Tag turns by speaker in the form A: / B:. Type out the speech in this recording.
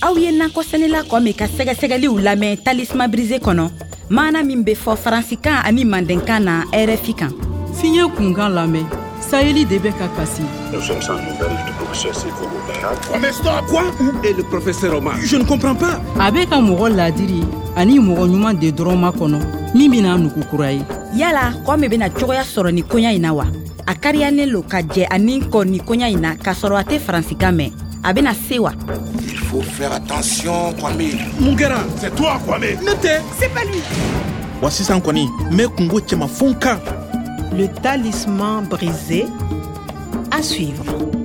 A: aw ye nakɔsɛnɛla kɔ min ka sɛgɛsɛgɛliw lamɛn talisman brise kɔnɔ maana min be fɔ faransikan ani mandenkan na rfi kan
B: fiɲɛ kunkan lamɛn saheli de bɛ ka kasi
C: Nous sommes sans nouvelles du professeur Sylvain Ouattara.
D: Mais stop Quoi Où est le professeur Omar Je ne comprends pas.
B: a bɛ ka mɔgɔ ladiri ani mɔgɔ ɲuman de dɔrɔn makɔnɔ min bena nugu kura ye
A: yala kɔ min bena cogoya sɔrɔ nin koɲa ɲi na wa a kariyanen lo ka jɛ ani kɔ nin koɲa ɲi na k'a sɔrɔ a tɛ faransikan mɛn a bena se wa
E: Il faut faire attention, Kwame.
D: Mun kɛra
C: C'est toi, Kwame
D: Ne tɛ
F: wa sisan kɔni n bɛ kungo cɛmafɛnw kan
G: Le talisman brisé à suivre.